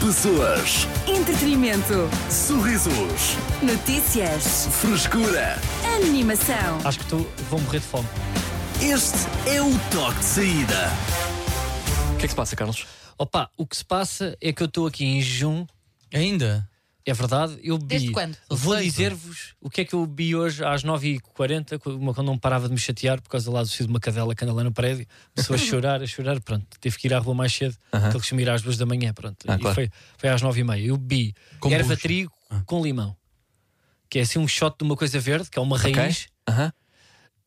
Pessoas, Entretenimento. sorrisos, Notícias. frescura. Animação. Acho que estou, vou morrer de fome. Este é o toque de saída. O que é que se passa, Carlos? Opa, o que se passa é que eu estou aqui em jejum, Ainda? é verdade. Eu bebi. Desde quando? Vou Desde dizer-vos o que é que eu bebi hoje às 9h40, quando não parava de me chatear por causa lá do fio de uma cadela que anda lá no prédio. Pessoas a chorar, a chorar, pronto. Tive que ir à rua mais cedo, Aham. porque eles me ir às 2 da manhã, pronto. Ah, e claro. foi, foi às 9h30. Eu bebi Com erva bucho. Ah. trigo com limão, que é assim um shot de uma coisa verde, que é uma Ok. raiz, Aham.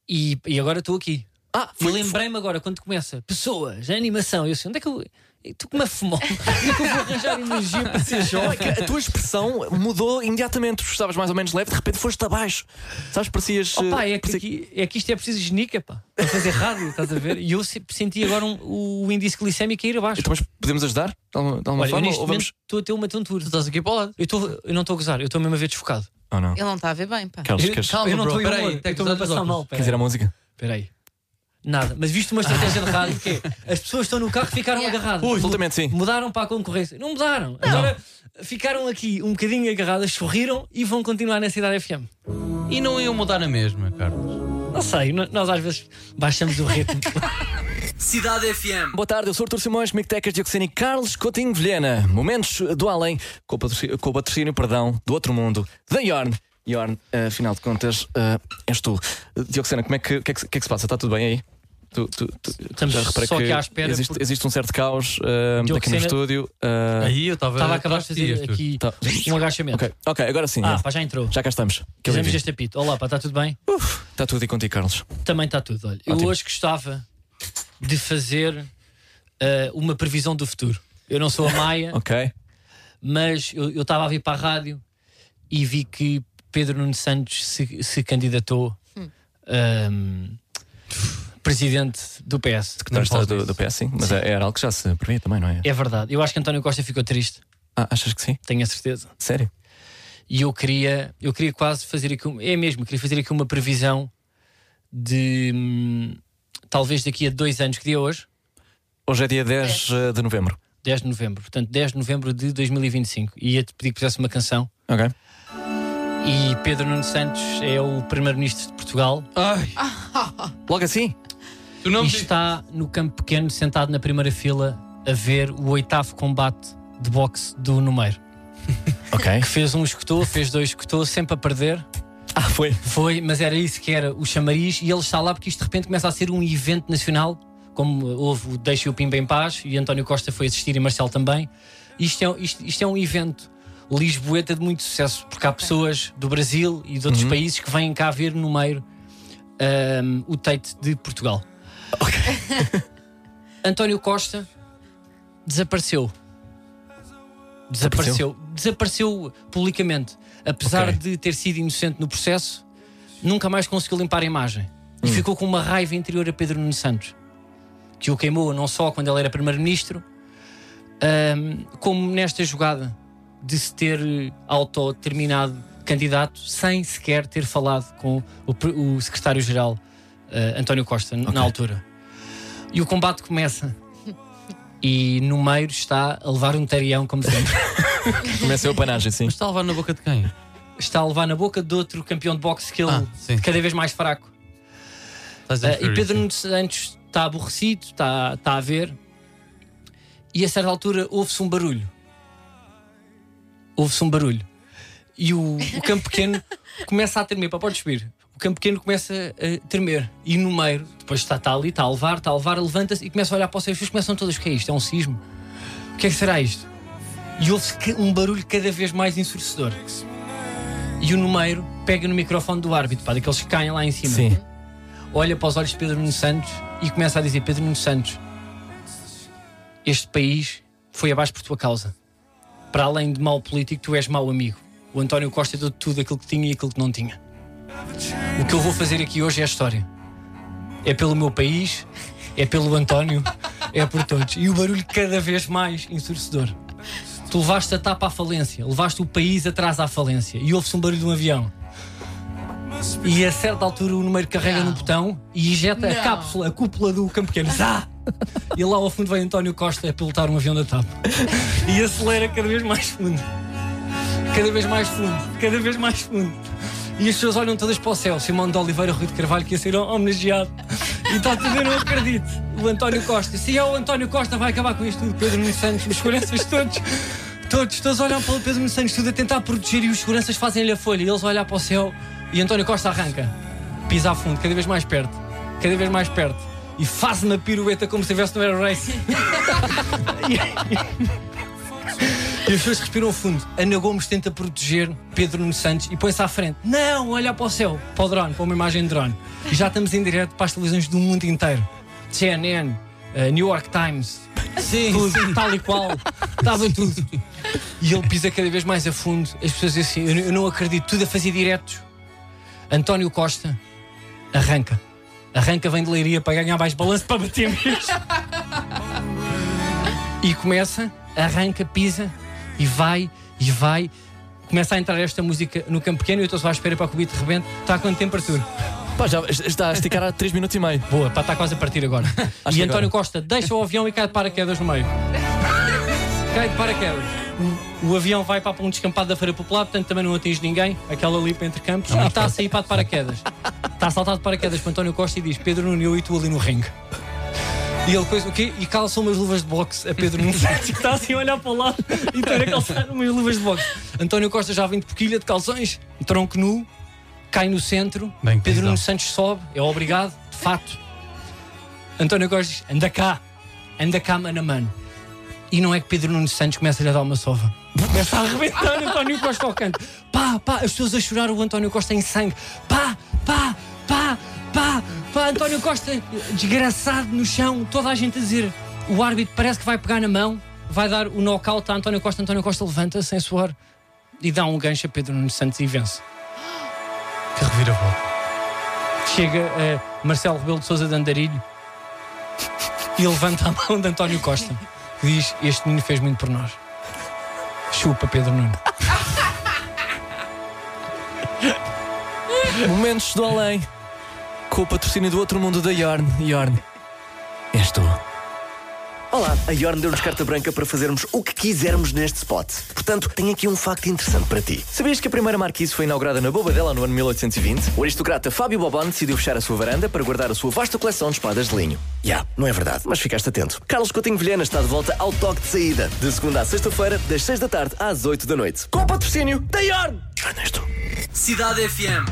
e, e agora estou aqui. Ah, E lembrei-me agora, quando começa, pessoas, a animação, eu assim, onde é que eu. Estou com uma fumou. Onde é que eu vou arranjar energia para ser Não, é jovem? que a tua expressão mudou imediatamente. Tu estavas mais ou menos leve, de repente foste abaixo. Sabes, parecias. Opa, eh, é que, parecia- aqui- é que isto é preciso genica, pá, para fazer rádio, estás a ver? E eu se- senti agora um- o índice glicémico a ir abaixo. Então, mas podemos ajudar? De alguma, de alguma Olha, eu forma? neste ou momento vamos. estou a ter uma tontura. Estás aqui para o lado. Eu, estou- eu não estou a gozar, eu estou mesmo a ver desfocado. Oh, não. Ele não tá está a ver bem, pá. Carlos, Eu, queres, calma, eu não bro, estou em peraí, humor, tem que estou usar a os passar óculos. mal. queres ir à peraí. música? Peraí. Nada, mas viste uma estratégia de rádio que é as pessoas estão no carro e ficaram Yeah. agarradas. Absolutamente sim. Mudaram para a concorrência. Não mudaram. Agora ficaram aqui um bocadinho agarradas, sorriram e vão continuar na Cidade FM. E não iam mudar a mesma, Carlos. Não sei, no- nós às vezes baixamos o ritmo. Cidade FM. Boa tarde, eu sou Artur Simões, Mictecas Dioxene e Carlos Coutinho Vilhena. Momentos do além, com o patrocínio, com o patrocínio, perdão, do outro mundo, da Yorn. Yorn, eh, afinal de contas, eh, és tu. Eh, Dioxena, como é que, o que, é que, se- o que é que se passa? Está tudo bem aí? Tu, tu- tu- Estamos reparei só aqui à espera Existe, porque- existe um certo caos eh, aqui no Dioxena- estúdio. eh, Aí eu estava Estava a acabar de fazer aqui Tá. um agachamento. ok, ok, agora sim. Ah, já. pá, já entrou. Já cá estamos. Que Fizemos alívio. este apito. Olá, pá, está tudo bem? Uf, Está tudo aí contigo, Carlos. Também está tudo. Olha, eu Ótimo. hoje gostava de fazer eh, uma previsão do futuro. Eu não sou a Maia, Ok. mas eu eu estava a vir para a rádio e vi que Pedro Nuno Santos se, se candidatou ahm, presidente do PS. Não estás fales do, disso. do PS, sim, mas é- era algo que já se previa também, não é? É verdade. Eu acho que António Costa ficou triste, Ah, achas que sim? tenho a certeza. Sério? E eu queria, eu queria quase fazer aqui, um- é mesmo, queria fazer aqui uma previsão de hum, talvez daqui a dois anos, que dia é hoje? Hoje é dia 10 eh, de novembro. 10 de novembro, portanto 10 de novembro de 2025. E ia-te pedir que pusesse uma canção. Ok. E Pedro Nuno Santos é o primeiro-ministro de Portugal Ai, Logo assim? tu não e me está no campo pequeno, sentado na primeira fila, a ver o oitavo combate de boxe do Numeiro. Ok. Que fez um escutou, fez dois escutou, sempre a perder. ah, foi. Foi, mas era isso que era o chamariz, e ele está lá porque isto de repente começa a ser um evento nacional, como houve o Deixa o Pimba em Paz, e António Costa foi assistir e Marcelo também. Isto é, um- isto, isto é um evento lisboeta de muito sucesso, porque há pessoas do Brasil e de outros países que vêm cá ver no meio ahm, o Tate de Portugal. António Costa desapareceu. Desapareceu. Desapareceu publicamente. Apesar Ok. de ter sido inocente no processo, nunca mais conseguiu limpar a imagem. E ficou com uma raiva interior a Pedro Nuno Santos, que o queimou não só quando ele era primeiro-ministro, ahm, como nesta jogada de se ter eh, autodeterminado candidato sem sequer ter falado com o, pre- o secretário-geral eh, António Costa n- na altura. E o combate começa. E no meio está a levar um tarião, como sempre. Começa a panagem, sim. Mas está a levar na boca de quem? está a levar na boca de outro campeão de boxe que ele Ah, sim. cada vez mais fraco. Estás a Eh, dizer e Pedro isso. Nuno Santos está aborrecido, está, está a ver. E a certa altura ouve-se um barulho. Ouve-se um barulho. E o, o campo pequeno começa a tremer. Pá, podes subir. O campo pequeno começa a tremer. E no meio, depois está, está ali, está a levar, está a levar, levanta-se e começa a olhar para os seus filhos. Começam todos: o que é isto? É um sismo? O que é que será isto? E ouve-se ca- um barulho cada vez mais ensurdecedor. E o Numeiro pega no microfone do árbitro, pá, daqueles que caem lá em cima Sim. olha para os olhos de Pedro Nuno Santos e começa a dizer: Pedro Nuno Santos, este país foi abaixo por tua causa. Para além de mau político, tu és mau amigo. O António Costa deu tudo aquilo que tinha e aquilo que não tinha. O que eu vou fazer aqui hoje é a história. É pelo meu país, é pelo António, é por todos. E o barulho cada vez mais ensurdecedor. Tu levaste a tapa à falência, levaste o país atrás à falência e ouve-se um barulho de um avião. E a certa altura o número carrega Não. no botão e ejeta a Não. cápsula, a cúpula do campo pequeno. Zá! E lá ao fundo vem António Costa a pilotar um avião da TAP. E acelera cada vez mais fundo. Cada vez mais fundo. Cada vez mais fundo. E as pessoas olham todas para o céu. Simão de Oliveira, Rui de Carvalho, que ia ser homenageado. E está tudo, eu não acredito. O António Costa. Se é o António Costa, vai acabar com isto tudo. Pedro Nunes Santos, os seguranças todos. Todos, todos olham para o Pedro Nunes Santos, tudo a tentar proteger. E os seguranças fazem-lhe a folha. E eles olham para o céu. E António Costa arranca. Pisa a fundo, cada vez mais perto. Cada vez mais perto. E faz uma pirueta como se estivesse no Air Race. E as pessoas respiram fundo. Ana Gomes tenta proteger Pedro Nuno Santos e põe-se à frente. Não, olha para o céu, para o drone, para uma imagem de drone. E já estamos em direto para as televisões do mundo inteiro. CNN, eh, New York Times, tudo, tal e qual. Estava tudo. E ele pisa cada vez mais a fundo. As pessoas dizem assim, eu, n- eu não acredito, tudo a fazer diretos. António Costa arranca. Arranca, vem de leiria para ganhar mais balanço para bater mesmo. E começa, arranca, pisa e vai e vai. Começa a entrar esta música no campo pequeno e eu estou só à espera para que o beat rebente. Está a quanto tempo, Arthur? Pá, já está a esticar há 3 minutos e meio. Boa, pá, está quase a partir agora. Acho e que António agora. Costa deixa o avião e cai de paraquedas no meio. cai de paraquedas. O, o avião vai para um descampado da Feira Popular, portanto também não atinge ninguém, aquela ali para entre campos, e está a sair para de paraquedas. Está a saltar de paraquedas para António Costa e diz: Pedro Nuno, eu e tu ali no ringue. E ele coisa, o quê? E calça umas luvas de boxe a Pedro Nuno Santos, que está assim a olhar para o lado e está a calçar umas luvas de boxe. António Costa já vem de porquilha de calções, tronco nu, cai no centro, Bem Pedro pisado. Nuno Santos sobe, é obrigado, de facto. António Costa diz: anda cá, anda cá, mano a mano. E não é que Pedro Nuno Santos começa-lhe a dar uma sova. Começa a arrebentar António Costa ao canto. Pá, pá, as pessoas a chorar, o António Costa em sangue. Pá, pá, pá, pá, pá, António Costa desgraçado no chão, toda a gente a dizer. O árbitro parece que vai pegar na mão, vai dar o knockout a António Costa. António Costa levanta sem suor e dá um gancho a Pedro Nuno Santos e vence. Que reviravolta. Chega eh, Marcelo Rebelo de Souza de Andarilho e levanta a mão de António Costa que diz: Este menino fez muito por nós. Chupa, Pedro Nuno. Momentos do além. Com o patrocínio do outro mundo da Yorn. Yorn. És tu. Olá, a Yorn deu-nos carta branca para fazermos o que quisermos neste spot. Portanto, tenho aqui um facto interessante para ti. Sabias que a primeira marquise foi inaugurada na Bobadela no ano 1820? O aristocrata Fábio Bobon decidiu fechar a sua varanda para guardar a sua vasta coleção de espadas de linho. Já, não é verdade, mas ficaste atento. Carlos Coutinho Vilhena está de volta ao toque de saída, de segunda à sexta-feira, das 6 da tarde às 8 da noite. Com o patrocínio da Yorn! Ernesto. Cidade FM.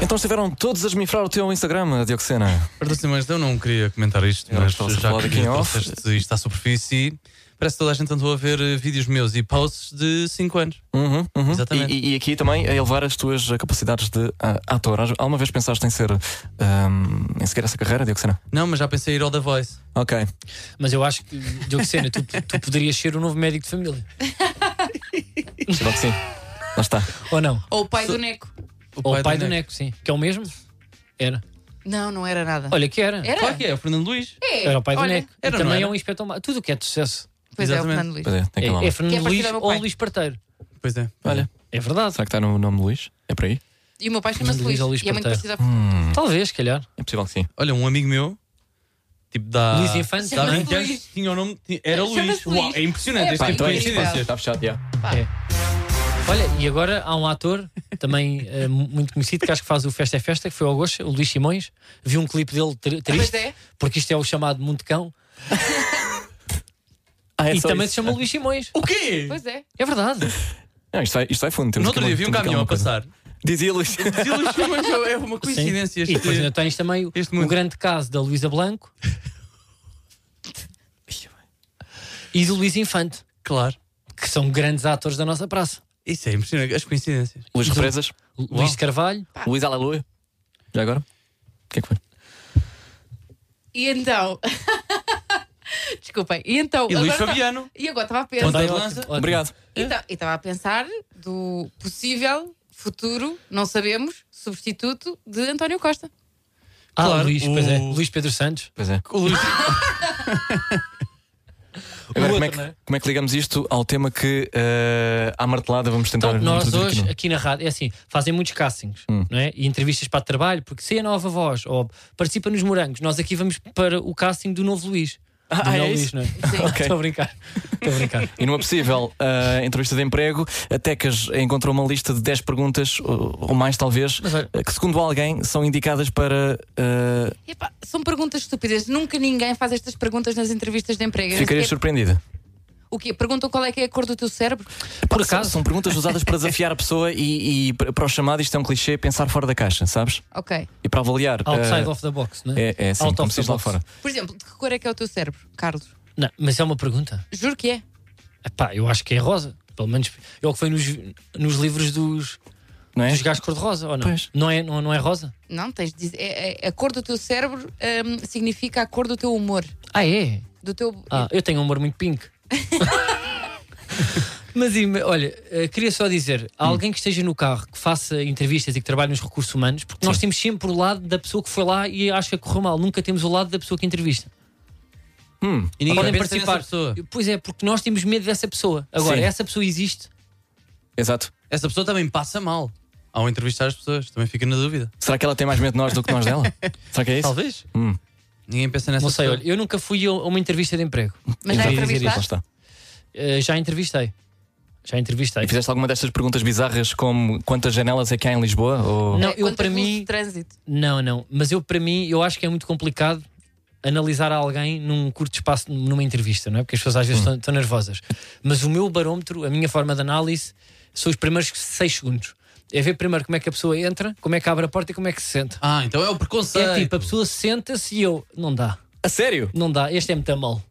Então estiveram todos a esmifrar o teu Instagram, Dioxena. Perdão, mas eu não queria comentar isto, Eu mas estou a já falar que aqui em off. trouxeste isto à superfície, parece que toda a gente andou a ver eh, vídeos meus e posts de 5 anos. Uhum, uhum. Exatamente. E, e- e aqui também a elevar as tuas eh, capacidades de ah, ator. Há uma vez pensaste em ser. ahm, em seguir essa carreira, Dioxena? Não, mas já pensei em ir ao The Voice. Ok. Mas eu acho que, Diogo Sena, tu, tu poderias ser o novo médico de família. Logo sim. Lá está. Ou não? Ou o pai do Neco. Ou o pai do Neco, sim. Que é o mesmo? Era. Não, não era nada. Olha, que era. Era? Claro que é, o Fernando Luís. É, Era o pai do olha. Neco. E Era, não também era? é um inspetor. ma- Tudo o que é de sucesso. Pois é, o Exatamente. Fernando Luís. Pois é, tem É, que lá. é Que é Fernando partido Luís ao meu ou pai. Luís Parteiro. Pois é. Olha, É verdade. será que está no nome Luís? É por aí? E o meu pai chama-se Fernando Luís Luís. ou Luís E é muito Porteiro. parecido ao Talvez, se calhar. É possível que sim. Olha, um amigo meu, tipo da. Luís Infante? Da Chama-se 20 anos, Luís. tinha o nome. tinha- Era Luís. Chama-se Uau, Luís. é impressionante É, este pá, tipo de então é isso, pá. coincidências. Está fechado, já. Olha, e agora há um ator também eh, mu- muito conhecido que acho que faz o Festa é Festa, que foi ao Gosto, o Luís Simões. Vi um clipe dele tr- triste, Pois é. porque isto é o chamado Mundo Cão. Ah, é então e só também isso. se chama Luís Simões. O quê? Pois é. É verdade. Não, isto vai, isto vai fundo. Temos No que outro dia vi um temos que caminhão a alguma coisa. passar. Dizia Luís. E Luís Simões é uma coincidência. E depois ainda este- tens também o- Este o mundo. grande caso da Luísa Blanco e do Luís Infante, Claro. que são grandes atores da nossa praça. Isso é impressionante, as coincidências. Luís Represas. Lu- Luís de Carvalho, Luís Aleluia. Já agora? O que é que foi? E então. Desculpem. E então. E Luís agora tá- Fabiano. E agora estava a Ponta pensar. de lança. ótimo. Obrigado. Então, e estava a pensar do possível futuro, não sabemos, substituto de António Costa. Ah, Claro, Luís, pois é. o- Luís Pedro Santos. Pois é. O Luís- Agora, O como, é outro, que, não é? como é que ligamos isto ao tema que eh, à martelada vamos tentar Então, nós hoje, introduzir aqui Hum. no- aqui na rádio, é assim, fazem muitos castings não é? e entrevistas para trabalho, porque se é nova voz ou participa nos morangos, nós aqui vamos para o casting do novo Luís. Ah, do é novo Luís, isso? não é? Sim. Ok. Estou a brincar. Estou a brincar. E numa possível eh, entrevista de emprego, a Tecas encontrou uma lista de 10 perguntas, ou, ou mais talvez, Mas olha- eh, que segundo alguém são indicadas para. eh, Epá, são perguntas estúpidas. Nunca ninguém faz estas perguntas nas entrevistas de emprego. Eu nem é ficarias sequer- surpreendida. O quê? Perguntam qual é que é a cor do teu cérebro? Por acaso- São perguntas usadas para desafiar a pessoa e, e para para o chamado, isto é um clichê, pensar fora da caixa, sabes? Ok. E para avaliar. Outside eh, of the box, não é? é, é assim, Out como of se the diz lá box. fora. Por exemplo, de que cor é que é o teu cérebro, Carlos? Não, mas é uma pergunta. Juro que é. Epá, eu acho que é rosa. Pelo menos é o que foi nos, nos livros dos, Não é? dos gajos cor-de-rosa, ou não? Pois. Não, é, não, não é rosa? Não, tens de dizer. é- é- a cor do teu cérebro hum, significa a cor do teu humor. Ah, é? Do teu. Ah, eu tenho um humor muito pink. Mas ima- olha, eh, queria só dizer: Hum. há alguém que esteja no carro, que faça entrevistas e que trabalhe nos recursos humanos, porque nós temos sempre o lado da pessoa que foi lá e acha que correu mal, nunca temos o lado da pessoa que entrevista. Hum, E ninguém Podem pensa nessa participar. pessoa. Pois é, porque nós temos medo dessa pessoa. Agora, Sim. essa pessoa existe. Exato. Essa pessoa também passa mal ao entrevistar as pessoas. Também fica na dúvida. Será que ela tem mais medo de nós do que nós dela? Será que é isso? Talvez. Hum. Ninguém pensa nessa Não sei, pessoa. olha, eu nunca fui a uma entrevista de emprego. Mas já Eu queria dizer Lá entrevistaste? está. Eh, já entrevistei. Já entrevistei. E fizeste alguma destas perguntas bizarras, como quantas janelas é que há em Lisboa? Ou... Não, É, eu quantas para luzes mim. de trânsito. Não, não. Mas eu, para mim, eu acho que é muito complicado analisar alguém num curto espaço, numa entrevista, não é? Porque as pessoas às Hum. vezes estão, estão nervosas. Mas o meu barômetro, a minha forma de análise, são os primeiros seis segundos. É ver primeiro como é que a pessoa entra, como é que abre a porta e como é que se senta. Ah, então é o preconceito. É tipo, a pessoa senta-se e eu. Não dá, A sério? não dá. Este é muito mol.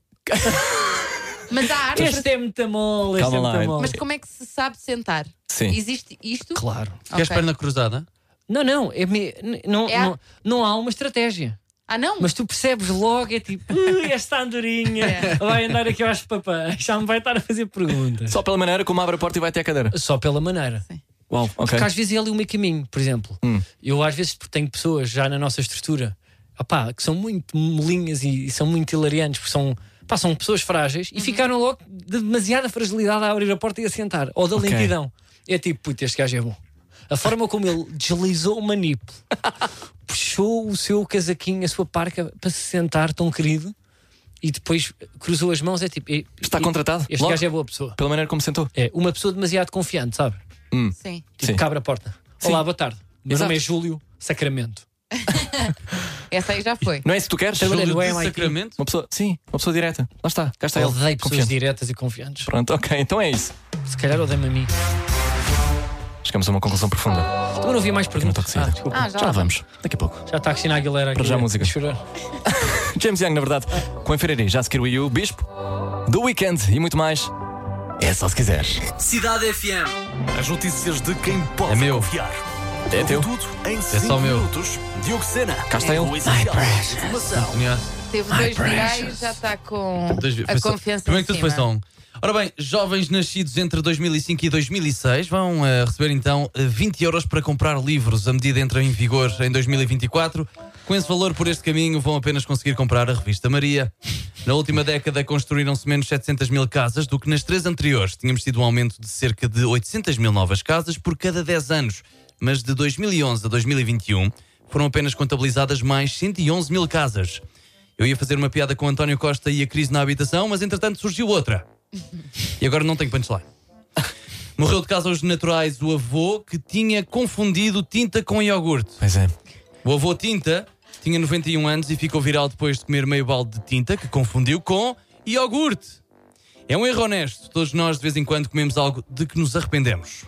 Mas há arte. Este é muito mol, este Calma é lá, muito mol. Mas como é que se sabe sentar? Sim. Existe isto? Claro. Queres Ok. perna cruzada? Não, não, é me- n- não, É a- não, não há uma estratégia. Ah, não? Mas tu percebes logo, é tipo, "Ui, esta andorinha É. vai andar aqui aos papéis, já me vai estar a fazer perguntas. Só, Só pela maneira como abre a porta e vai até a cadeira. pela maneira. Uau, ok. Hum. Porque às vezes é ali o meio caminho, por exemplo. Eu às vezes tenho pessoas já na nossa estrutura opá, que são muito molinhas e, e são muito hilariantes, porque são, pá, são pessoas frágeis e ficaram logo de demasiada fragilidade a abrir a porta e a sentar, ou da Ok. lentidão. É tipo, puto, este gajo é bom. A forma como ele deslizou o manipo, puxou o seu casaquinho, a sua parca para se sentar, tão querido, e depois cruzou as mãos, é tipo, "E- Está e- contratado? Este Logo? gajo é boa pessoa. Pela maneira como sentou. É uma pessoa demasiado confiante, sabe? Sim. Tipo, Sim. cabe a porta. Olá, boa tarde. Meu Exato. nome é Júlio Sacramento. Essa aí já foi. Não é se tu queres? Trabalhei Júlio no de MIT. Sacramento? Uma pessoa, sim, uma pessoa direta. Lá está, cá está ele. Odeio pessoas Confiante. diretas e confiantes. Pronto, ok, então é isso. Se calhar odeio-me a mim. Chegamos a uma conclusão profunda. Também não havia mais perguntas. Não toque saída. desculpa. Ah, já Já lá lá vamos, daqui a pouco. Já está a Cristina Aguilera aqui Para já a a música. chorar. James Young, na verdade, com a enfermaria, já se quer o Wii U, Bispo, do Weekend e muito mais. É só se quiseres. Cidade FM. As notícias de quem pode É meu. confiar. É teu. Tudo em 5 só meu. minutos. Diogo Sena. Cá está ele. O essencial da informação. Conhece? Teve dois virais, já está com Dois- a foi só- confiança Primeiro em que tudo cima. foi só um. Ora bem, jovens nascidos entre 2005 e 2006 vão eh, receber então eh, 20 euros para comprar livros. A medida entra em vigor em 2024. Com esse valor por este caminho vão apenas conseguir comprar a revista Maria. Na última década construíram-se menos 700 mil casas do que nas três anteriores. Tínhamos tido um aumento de cerca de 800 mil novas casas por cada 10 anos. Mas de 2011 a 2021 foram apenas contabilizadas mais 111 mil casas. Eu ia fazer uma piada com o António Costa e a crise na habitação, mas entretanto surgiu outra. E agora não tenho punchline. Morreu de causas naturais o avô que tinha confundido tinta com iogurte. Pois é. O avô Tinta tinha 91 anos e ficou viral depois de comer meio balde de tinta que confundiu com iogurte. É um erro honesto. Todos nós de vez em quando comemos algo de que nos arrependemos.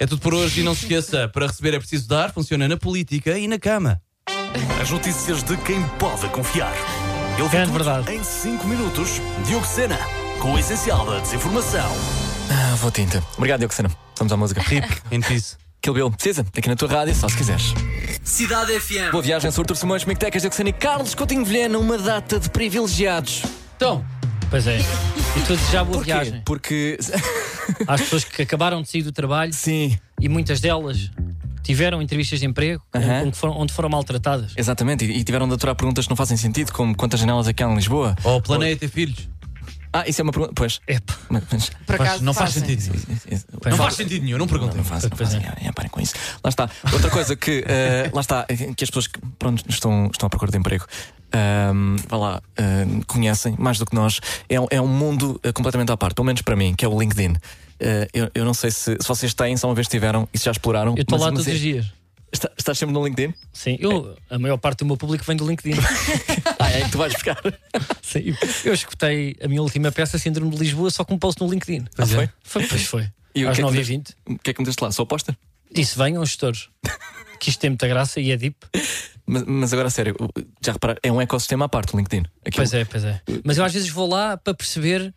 É tudo por hoje e não se esqueça, para receber é preciso dar, funciona na política e na cama. As notícias de quem pode confiar. Ele vê Grande tudo verdade. em 5 minutos. Diogo Sena. Com o essencial da desinformação. Ah, vou tinta. Obrigado, Dioxena. Vamos à música. Rip, em peace. Kill Bill, precisa, aqui na tua rádio, só se quiseres. Cidade FM. Boa viagem, sou Artur Simões, Mictecas, Dioxena e Carlos Coutinho Vilhena, uma data de privilegiados. Então, Pois é. E tu desejar boa viagem Porque, às pessoas que acabaram de sair do trabalho sim, e muitas delas tiveram entrevistas de emprego Aham. onde, foram, onde foram maltratadas. exatamente, e e tiveram de aturar perguntas que não fazem sentido, como quantas janelas é que há em Lisboa? ao planeta, filhos. Ah, isso é uma pergunta. Pois. Epá. Mas- mas- Por Faz- acaso não faz fazem. sentido. nenhum. Pois Não é. faz sentido nenhum, Não, não perguntem. não faz, não Pois faz. É, é, parem com isso. Lá está. Outra coisa que. eh, lá está. eh, Que as pessoas que pronto, estão, estão à procura de emprego. ahm, vá lá, ahm, conhecem mais do que nós. É, um- é um mundo eh, completamente à parte, pelo menos para mim, que é o LinkedIn. Eh, eu, eu não sei se, se vocês têm, só uma vez tiveram e se já exploraram. Eu estou mas- lá mas todos é- os dias. está- estás sempre no LinkedIn? Sim, eu, a maior parte do meu público vem do LinkedIn. Ah, é que tu vais buscar. Sim, eu escutei a minha última peça, Síndrome de Lisboa, só com um post no LinkedIn. Pois é. Ah, foi? Foi, pois foi. E o Às que é que 9h20. O que é que meteste lá? Só aposta? Disse: venham os gestores. Que isto tem muita graça e é deep. Mas, mas agora, a sério, o- já repararam? É um ecossistema à parte o LinkedIn. Aquilo- Pois é, pois é. Mas eu às vezes vou lá para perceber.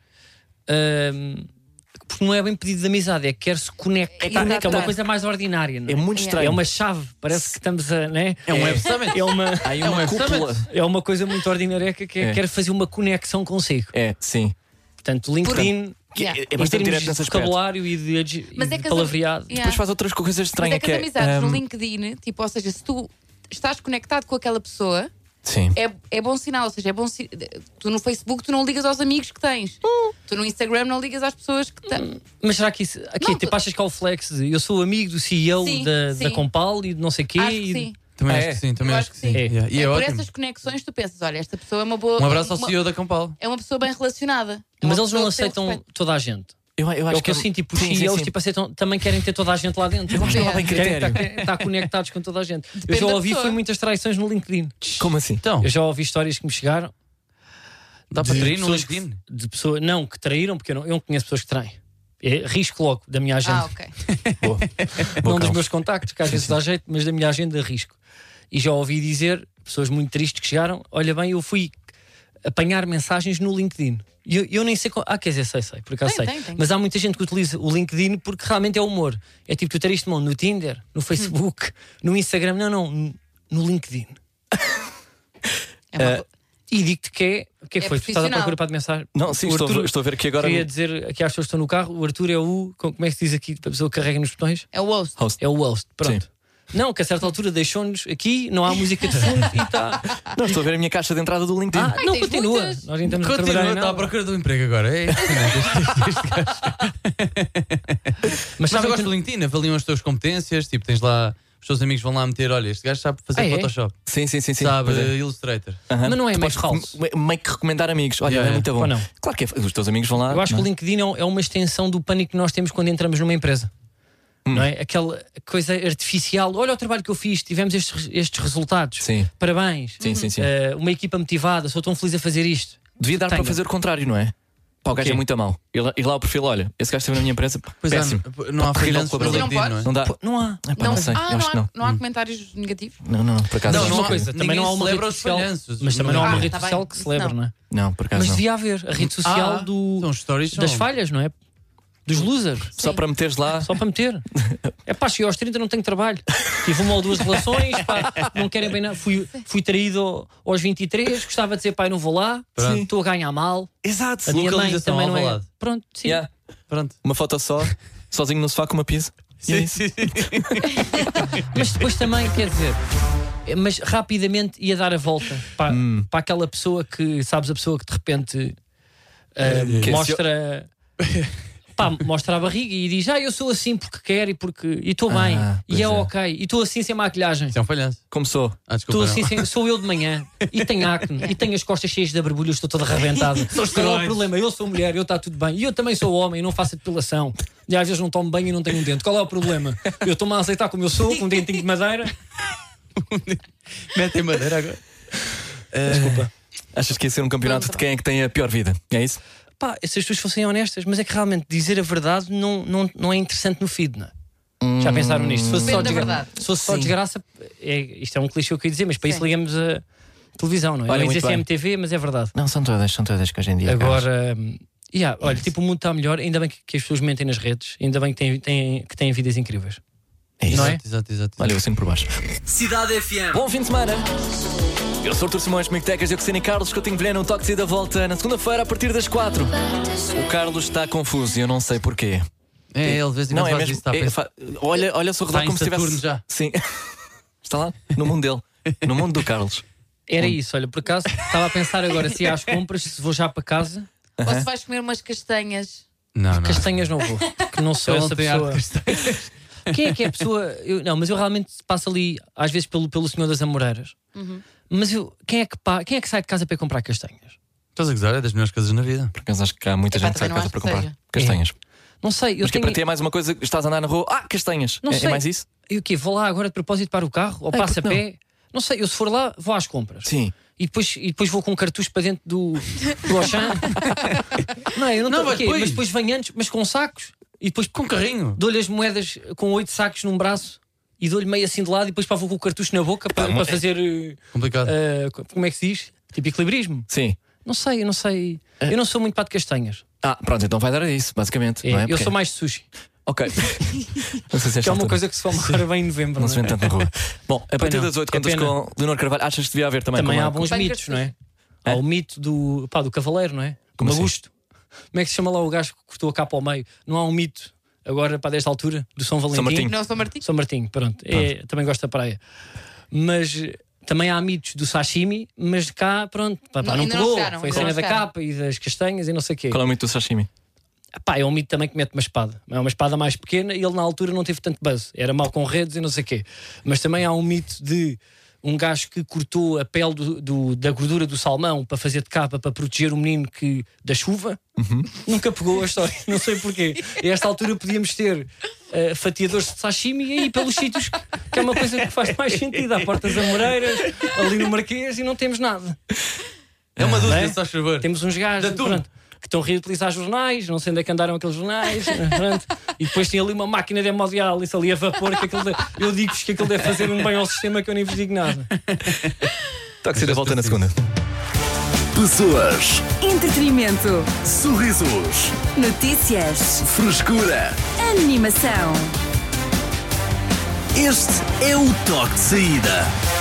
hum, porque não é bem pedido de amizade, é que quer se conectar. Exato. que é uma coisa mais ordinária. não É muito estranho. É uma chave, parece que estamos a. Né? É um Web Summit. É uma, Há aí É um uma Web cúpula. Summit. é uma coisa muito ordinária que é, É. quer fazer uma conexão consigo. É, sim. Portanto, LinkedIn, Que Yeah. é- É em bastante termos direto de nesse aspecto. vocabulário e de, de, Mas e é de que as- palavreas. Yeah. Depois faz outras coisas Mas estranhas é que as amizades hum, no LinkedIn, tipo, ou seja, se tu estás conectado com aquela pessoa, Sim. é, é bom sinal. Ou seja, é bom si- tu no Facebook tu não ligas aos amigos que tens. Tu no Instagram não ligas às pessoas que tens. Mas será que isso. Aqui, Não, tipo, tu- achas que há o flex de eu sou amigo do CEO Sim, da, da sim. Compal e de não sei quê. Acho que e- sim. Também Ah, acho é? que sim, também Eu acho que sim. É. Yeah. E É é por ótimo. essas conexões tu pensas, olha, esta pessoa é uma boa. Um abraço ao uma- CEO da Campal. É uma pessoa bem relacionada. É Mas uma eles não pessoa que tem aceitam respeito. toda a gente. Eu, eu É acho o que eu sinto, tipo, os Sim, sim, CEOs sim. tipo, aceitam, também querem ter toda a gente lá dentro. Eu acho que não há bem Depende. critério. Querem estar conectados com toda a gente. Depende eu já da ouvi pessoa. foi muitas traições no LinkedIn. Como assim? Então, Eu já ouvi histórias que me chegaram dá para de trair no pessoas que- LinkedIn? de pessoas não que traíram, porque eu não, eu não conheço pessoas que traem. É, risco logo da minha agenda. Ah, ok. Boa, não dos Carlos. meus contactos, que às vezes dá jeito, mas da minha agenda risco. E já ouvi dizer pessoas muito tristes que chegaram: olha bem, eu fui apanhar mensagens no LinkedIn. E eu, eu nem sei. Qual, ah, quer dizer, sei, sei, por acaso Tem, sei. tem, tem. Mas há muita gente que utiliza o LinkedIn porque realmente é humor. É tipo, tu teriste mão no Tinder, no Facebook, Hum. no Instagram. Não, não, no- no LinkedIn. É uma boa- E digo-te que é. O que é que É foi? Tu estás à profissional. procura para de mensagem? Não, sim, O estou, a ver- Arthur- estou a ver aqui agora. Queria dizer aqui às pessoas que estão no carro: o Arthur é o. Como é que se diz aqui? A pessoa que carrega nos botões? É o host. Host. É o host, pronto. Sim. Não, que a certa altura deixou-nos aqui, não há música de fundo e está. Não, estou a ver a minha caixa de entrada do LinkedIn. Ah, não, tens continua. muitas. Nós nem estamos a trabalhar Continua, tá, em está à nada. procura do emprego agora. É impressionante este- este- este gajo. Mas Mas eu sabem gosto do que... LinkedIn, avaliam as tuas competências, tipo, tens lá, os teus amigos vão lá meter, olha, este gajo sabe fazer Ah, é? Photoshop, Sim, sim, sim, sim. sabe Pois é. Illustrator. Aham. Mas não é meio Tu podes falso. me- Meio que recomendar amigos. Olha, Yeah, é yeah. muito bom. Ou não? Claro que é. Os teus amigos vão lá. Eu acho que o não é? LinkedIn é um- é uma extensão do pânico que nós temos quando entramos numa empresa. Hum. Não é? Aquela coisa artificial. Olha o trabalho que eu fiz, tivemos estes, estes resultados. Sim. Parabéns. Sim, sim, sim. Eh, uma equipa motivada, sou tão feliz a fazer isto. Devia dar para Tenho. fazer o contrário, não é? Pá, o gajo quê? é muito a mal. Ir lá, ir lá ao perfil, olha, esse gajo esteve na minha empresa. Pois péssimo. há, não há Pá, horrível freelance no colaborador. LinkedIn, não é? Não dá. Pô, Não há. Epá, não, sei. ah, eu não acho há, que não. não há comentários negativos? Não, não, por acaso não. Não, Mas não uma há- coisa, também ninguém não há uma celebra rede os social. falhanços. Mas também não há Ah, uma rede tá bem, social que isso celebra, não. não é? Não, por acaso Mas não. devia haver a rede social Ah, do, são stories, das são- falhas, não é? Dos losers. Só para meteres lá. Só para meter. É pá, cheguei aos 30, não tenho trabalho. Tive uma ou duas relações, pá, não querem bem nada. Fui, fui traído ao- aos 23, gostava de dizer, pai, não vou lá, Pronto. estou a ganhar mal. Exato. A minha mãe Localização também não é. Alvalade. Pronto, sim. Yeah. Pronto. Uma foto só, sozinho no sofá com uma pizza. E é isso. Mas depois também, quer dizer, eh, mas rapidamente ia dar a volta para, para aquela pessoa que, sabes, a pessoa que de repente eh, Que é mostra. Pá, mostra a barriga e diz: Ah, eu sou assim porque quero e porque. E estou bem, Ah, e é, pois é. ok, e estou assim sem maquilhagem. Isso é um falhanço. Começou. Ah, desculpa. Estou não. assim, sem- sou eu de manhã e tenho acne e tenho as costas cheias de abrabulhos, estou toda arrebentada. Qual é o esteroides. problema? Eu sou mulher, eu está tudo bem. E eu também sou homem, não faço depilação. E às vezes não tomo banho e não tenho um dente. Qual é o problema? Eu estou-me a aceitar como eu sou, com um dentinho de madeira. Metem madeira agora. Eh, Achas que ia ser um campeonato de quem é que tem a pior vida? É isso? Pá, se as pessoas fossem honestas, mas é que realmente dizer a verdade não, não, não é interessante no feed, não é? Já pensaram nisto? Se fosse só, desgra- Depende da verdade. se fosse só Sim. desgraça, é, isto é um clichê que eu queria dizer, mas para isso Sim. ligamos a televisão, não é? Olha, não ia muito dizer bem. CMTV, mas é verdade. Não, são todas, são todas que hoje em dia. Agora, hum, yeah, olha, tipo, o mundo está melhor, ainda bem que, que as pessoas mentem nas redes, ainda bem que têm, têm- que têm vidas incríveis. Não é? Exato, exato, exato. Olha, eu assino por baixo. Cidade FM. Bom fim de semana. Eu sou o Artur Simões, comigo Tecas, Diocesano e Carlos, que eu tenho velho um toque de saída volta na segunda-feira a partir das quatro. O Carlos está confuso e eu não sei porquê. É, ele de vez em quando Não, é faz mesmo. isso, está a é, pensar. fa- olha, olha o seu redor em como se Saturno estivesse. já. Sim. está lá, no mundo dele. No mundo do Carlos. Era isso, olha, por acaso estava a pensar agora se ia às compras, se vou já para casa, Ou se vais comer umas castanhas. Não, não. Castanhas não vou, porque não sou Ele não essa tem arte pessoa. de castanha. Quem é que é a pessoa? eu- não, mas eu realmente passo ali, às vezes, pelo, pelo Senhor das Amoreiras. Mas eu, quem, é que pa- quem é que sai de casa para ir comprar castanhas? Estás a gozar? É das melhores coisas na vida. Por acaso acho que há muita Epá, gente que sai de também casa não para acho comprar que seja. castanhas. Não sei, eu Mas que tenho. para ti é mais uma coisa, estás a andar na rua, ah, castanhas. Não é, é sei. mais isso? E o quê? Vou lá agora de propósito para o carro? Ou passo a porque pé? Não. sei, eu se for lá, vou às compras. Sim. E depois, e depois vou com um cartucho para dentro do, do Auchan. não, eu não, Não, tô- mas quê? depois- mas depois venho antes, mas com sacos. E depois Com carrinho. dou-lhe as moedas com oito sacos num braço e dou-lhe meio assim de lado e depois pá, vou com o cartucho na boca é para, para fazer. eh, Complicado. eh, como é que se diz? Tipo equilibrismo. Sim. Não sei, eu não sei. É. Eu não sou muito pato de castanhas. Ah, pronto, então vai dar a isso, basicamente. É, não é? eu Porque- sou mais de sushi. Ok. não sei se Que é esta uma altura coisa que se fala agora bem em novembro. Não não se vê é? tanto na rua. Bom, a partir não. das 8 É contas pena. com Leonor Carvalho. Achas que devia haver também? Também como há é- bons Bem mitos, não é? É? Há o mito do, pá, do cavaleiro, não é? Como do assim? Magusto. Como é que se chama lá o gajo que cortou a capa ao meio? Não há um mito agora, para desta altura, do São Valentim? Martinho. Não sou Martim. São Martinho, pronto. É, também gosto da praia. Mas eh, também há mitos do sashimi, mas de cá, pronto, pá, pá, Não, não ainda não pegou. chegaram, Foi a ainda cena não da chegaram. capa e das castanhas e não sei o quê. Qual é o mito do sashimi? Pá, é um mito também que mete uma espada. É uma espada mais pequena e ele na altura não teve tanto buzz. Era mal com redes e não sei o quê. Mas também há um mito de um gajo que cortou a pele do- do- da gordura do salmão para fazer de capa para proteger o menino que, da chuva. Nunca pegou a história, não sei porquê. A esta altura podíamos ter eh, fatiadores de sashimi e aí pelos sítios que é uma coisa que faz mais sentido. Há Portas Amoreiras, ali no Marquês e não temos nada. É uma Não dúvida, é? se faz favor. Temos uns gajos Da turma. pronto, que estão a reutilizar jornais, não sei onde é que andaram aqueles jornais, pronto. e depois tem ali uma máquina de hemodiálise ali a vapor. Que aquilo deve- eu digo-vos que aquilo deve fazer um bem ao sistema que eu nem vos digo nada. Toque ser da volta na segunda. Pessoas, Entretenimento. sorrisos, Notícias. frescura. Animação. Este é o toque de saída.